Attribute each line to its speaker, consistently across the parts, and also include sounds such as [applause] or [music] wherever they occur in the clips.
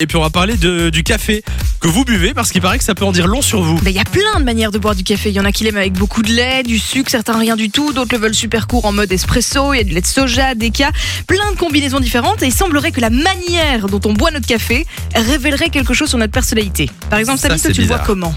Speaker 1: Et puis on va parler de- du café que vous buvez parce qu'il paraît que ça peut en dire long sur vous.
Speaker 2: Ben, Il y a plein de manières de boire du café. Il y en a qui l'aiment avec beaucoup de lait, du sucre, certains rien du tout, d'autres le veulent super court en mode espresso, il y a du lait de soja, des cas, plein de combinaisons différentes. Et il semblerait que la manière dont on boit notre café révélerait quelque chose sur notre personnalité. Par exemple,
Speaker 1: Ça,
Speaker 2: Samy, toi,
Speaker 1: c'est
Speaker 2: tu le bois
Speaker 1: bizarre.
Speaker 2: comment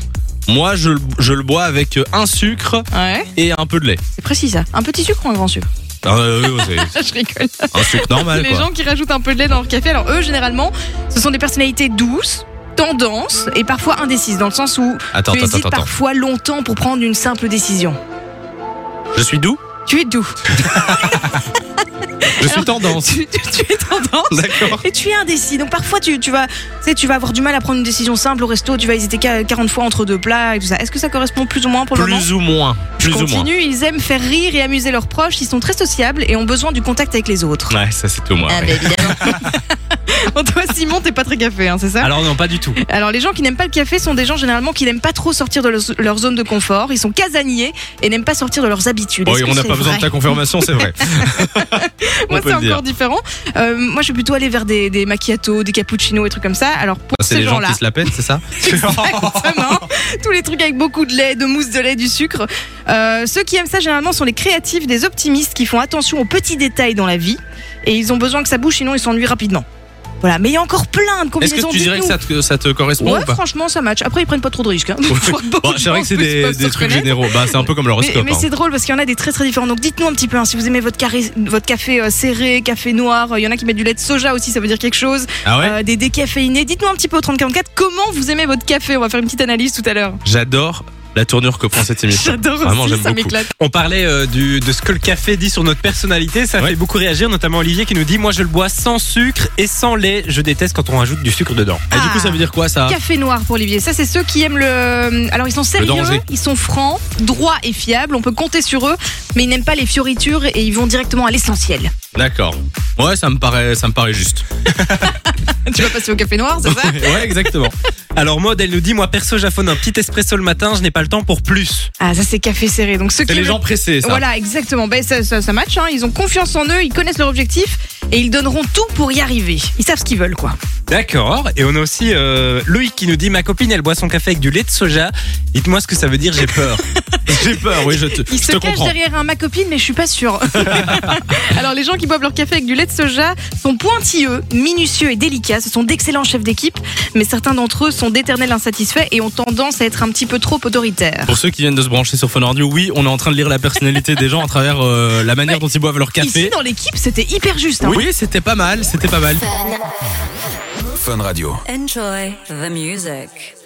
Speaker 1: Moi, je, le- je le bois avec euh, un sucre
Speaker 2: Ouais.
Speaker 1: et un peu de lait.
Speaker 2: C'est précis ça. Un petit sucre ou un grand sucre
Speaker 1: Euh, oui, c'est
Speaker 2: Je rigole. [laughs]
Speaker 1: un sucre normal,
Speaker 2: Les
Speaker 1: quoi.
Speaker 2: gens qui rajoutent un peu de lait dans leur café, alors eux, généralement, ce sont des personnalités douces, tendances et parfois indécises, dans le sens où
Speaker 1: Attends,
Speaker 2: tu
Speaker 1: attends,
Speaker 2: hésites
Speaker 1: attends, attends.
Speaker 2: parfois longtemps pour prendre une simple décision.
Speaker 1: Je suis doux
Speaker 2: Tu
Speaker 1: [laughs]
Speaker 2: es doux.
Speaker 1: Je suis
Speaker 2: [laughs]
Speaker 1: tendance.
Speaker 2: tu, tu- tu es tendance
Speaker 1: D'accord.
Speaker 2: et tu es indécis. Donc parfois tu, tu vas tu sais, tu vas avoir du mal à prendre une décision simple au resto, tu vas hésiter qua- 40 fois entre deux plats et tout ça. Est-ce que ça correspond plus ou moins pour le moment
Speaker 1: Plus ou moins. Plus
Speaker 2: Je
Speaker 1: ou moins.
Speaker 2: continue, ils aiment faire rire et amuser leurs proches, ils sont très sociables et ont besoin du contact avec les autres.
Speaker 1: Ouais, ça c'est tout moi. ouais.
Speaker 2: bah évidemment. [laughs] Toi Simon, t'es pas très café, hein, c'est ça
Speaker 1: Alors non, pas du tout.
Speaker 2: alors les gens qui n'aiment pas le café sont des gens généralement qui n'aiment pas trop sortir de leur, leur zone de confort, ils sont casaniers et n'aiment pas sortir de leurs habitudes.
Speaker 1: Bon,
Speaker 2: Est-ce
Speaker 1: et
Speaker 2: que
Speaker 1: on n'a
Speaker 2: c'est
Speaker 1: pas besoin
Speaker 2: vrai
Speaker 1: de ta confirmation, c'est
Speaker 2: [laughs]
Speaker 1: vrai. On
Speaker 2: Moi,
Speaker 1: peut
Speaker 2: c'est
Speaker 1: le dire.
Speaker 2: encore différent. Euh, moi, je vais plutôt aller vers des, des macchiatos, des cappuccinos et trucs comme ça. Alors, pour
Speaker 1: C'est
Speaker 2: ces
Speaker 1: les gens
Speaker 2: gens-là,
Speaker 1: qui se la pètent, c'est ça
Speaker 2: vraiment, tous les trucs avec beaucoup de lait, de mousse de lait, du sucre. Euh, ceux qui aiment ça, généralement, sont les créatifs, des optimistes qui font attention aux petits détails dans la vie. Et ils ont besoin que ça bouge, sinon ils s'ennuient rapidement. Voilà, mais il y a encore plein de
Speaker 1: Est-ce
Speaker 2: combinaisons.
Speaker 1: que tu dirais que
Speaker 2: dites-nous.
Speaker 1: ça te, ça te correspond
Speaker 2: Ouais,
Speaker 1: ou pas
Speaker 2: franchement, ça match. Après, ils prennent pas trop de risques. hein. Beaucoup
Speaker 1: Bon,
Speaker 2: de
Speaker 1: C'est vrai
Speaker 2: gens
Speaker 1: que c'est
Speaker 2: peuvent
Speaker 1: des,
Speaker 2: se
Speaker 1: des trucs
Speaker 2: reconnaître.
Speaker 1: généraux. Bah, c'est un peu comme
Speaker 2: Mais,
Speaker 1: l'horoscope.
Speaker 2: mais
Speaker 1: hein.
Speaker 2: c'est drôle parce qu'il y en a des très très différents. Donc dites-nous un petit peu hein, si vous aimez votre, carré- votre café euh, serré, café noir. euh, Il y en a qui mettent du lait de soja aussi, ça veut dire quelque chose.
Speaker 1: Ah ouais
Speaker 2: Euh, des décaféinés. Dites-nous un petit peu au 3044 comment vous aimez votre café. On va faire une petite analyse tout à l'heure.
Speaker 1: J'adore la tournure que prend cette émission.
Speaker 2: J'adore
Speaker 1: Vraiment,
Speaker 2: aussi,
Speaker 1: j'aime
Speaker 2: ça
Speaker 1: beaucoup.
Speaker 2: m'éclate.
Speaker 3: On parlait euh, du, de ce que le café dit sur notre personnalité, ça
Speaker 1: Ouais.
Speaker 3: fait beaucoup réagir, notamment Olivier qui nous dit Moi je le bois sans sucre et sans lait, je déteste quand on rajoute du sucre dedans.
Speaker 1: Et du coup,
Speaker 2: Ah.
Speaker 1: ça veut dire quoi ça
Speaker 2: Café noir pour Olivier. Ça, c'est ceux qui aiment le. euh, Alors, ils sont sérieux,
Speaker 1: danger.
Speaker 2: ils sont francs, droits et fiables. On peut compter sur eux, mais ils n'aiment pas les fioritures et ils vont directement à [laughs] l'essentiel.
Speaker 1: D'accord. Ouais, ça me paraît, ça me paraît juste.
Speaker 2: tu vas passer au café noir,
Speaker 1: [laughs]
Speaker 2: c'est ça [laughs]
Speaker 3: ouais, exactement. Alors Maud, elle nous dit Moi perso, j'affonne un petit espresso le matin, je n'ai pas le temps pour plus.
Speaker 2: Ah, ça, c'est café serré. Donc, ceux qui
Speaker 1: C'est les
Speaker 2: aiment
Speaker 1: gens pressés, ça.
Speaker 2: Voilà, exactement. Ben, ça, ça, ça match. hein. Ils ont confiance en eux, ils connaissent leur objectif et ils donneront tout pour y arriver. Ils savent ce qu'ils veulent, quoi.
Speaker 3: D'accord. Et on a aussi euh, Loïc qui nous dit Ma copine, elle boit son café avec du lait de soja. Dites-moi ce que ça veut dire, j'ai peur.
Speaker 1: [laughs] J'ai peur, oui, je te,
Speaker 2: Ils
Speaker 1: je
Speaker 2: se
Speaker 1: te
Speaker 2: cachent
Speaker 1: comprends.
Speaker 2: derrière un ma copine, mais je suis pas sûre.
Speaker 1: [laughs]
Speaker 2: Alors, les gens qui boivent leur café avec du lait de soja sont pointilleux, minutieux et délicats. Ce sont d'excellents chefs d'équipe, mais certains d'entre eux sont d'éternels insatisfaits et ont tendance à être un petit peu trop autoritaires.
Speaker 1: Pour ceux qui viennent de se brancher sur Fun Radio, oui, on est en train de lire la personnalité des gens à travers euh, la manière dont ils boivent leur
Speaker 2: Ici,
Speaker 1: café.
Speaker 2: dans l'équipe, c'était hyper juste. hein.
Speaker 1: Oui, c'était pas mal, c'était pas mal.
Speaker 4: Enjoy the music.